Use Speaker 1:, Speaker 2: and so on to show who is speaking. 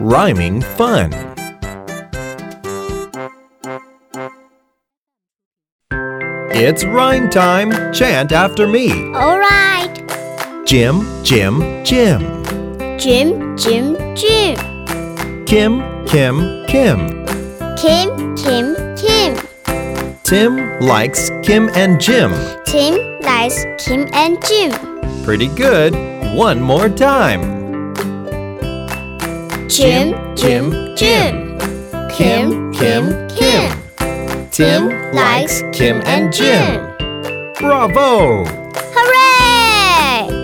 Speaker 1: Rhyming Fun. It's rhyme time. Chant after me.
Speaker 2: All right.
Speaker 1: Jim, Jim, Jim.
Speaker 2: Jim, Jim, Jim.
Speaker 1: Kim, Kim, Kim.
Speaker 2: Kim, Kim, Kim.
Speaker 1: Tim likes Kim and Jim.
Speaker 2: Tim likes Kim and Jim.
Speaker 1: Pretty good. One more time.
Speaker 2: Jim, Jim, Jim. Kim, Kim, Kim.
Speaker 1: Tim likes Kim and Jim. Bravo!
Speaker 2: Hooray!